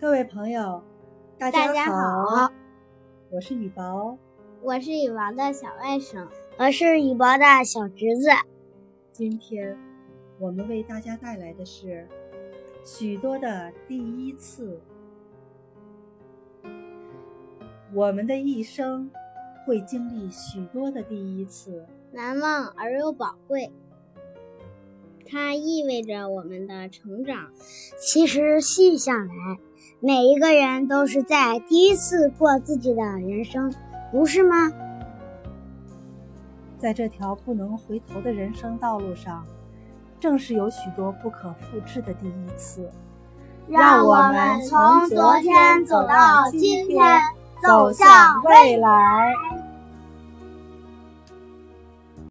各位朋友，大大家家好好，我是雨薄。我是羽毛的小外甥，我是羽毛的小侄子。今天我们为大家带来的是许多的第一次。我们的一生会经历许多的第一次，难忘而又宝贵。它意味着我们的成长，其实细想来，每一个人都是在第一次过自己的人生，不是吗？在这条不能回头的人生道路上，正是有许多不可复制的第一次。让我我们们从从昨昨天天走走到到今今天天，走走向向未来。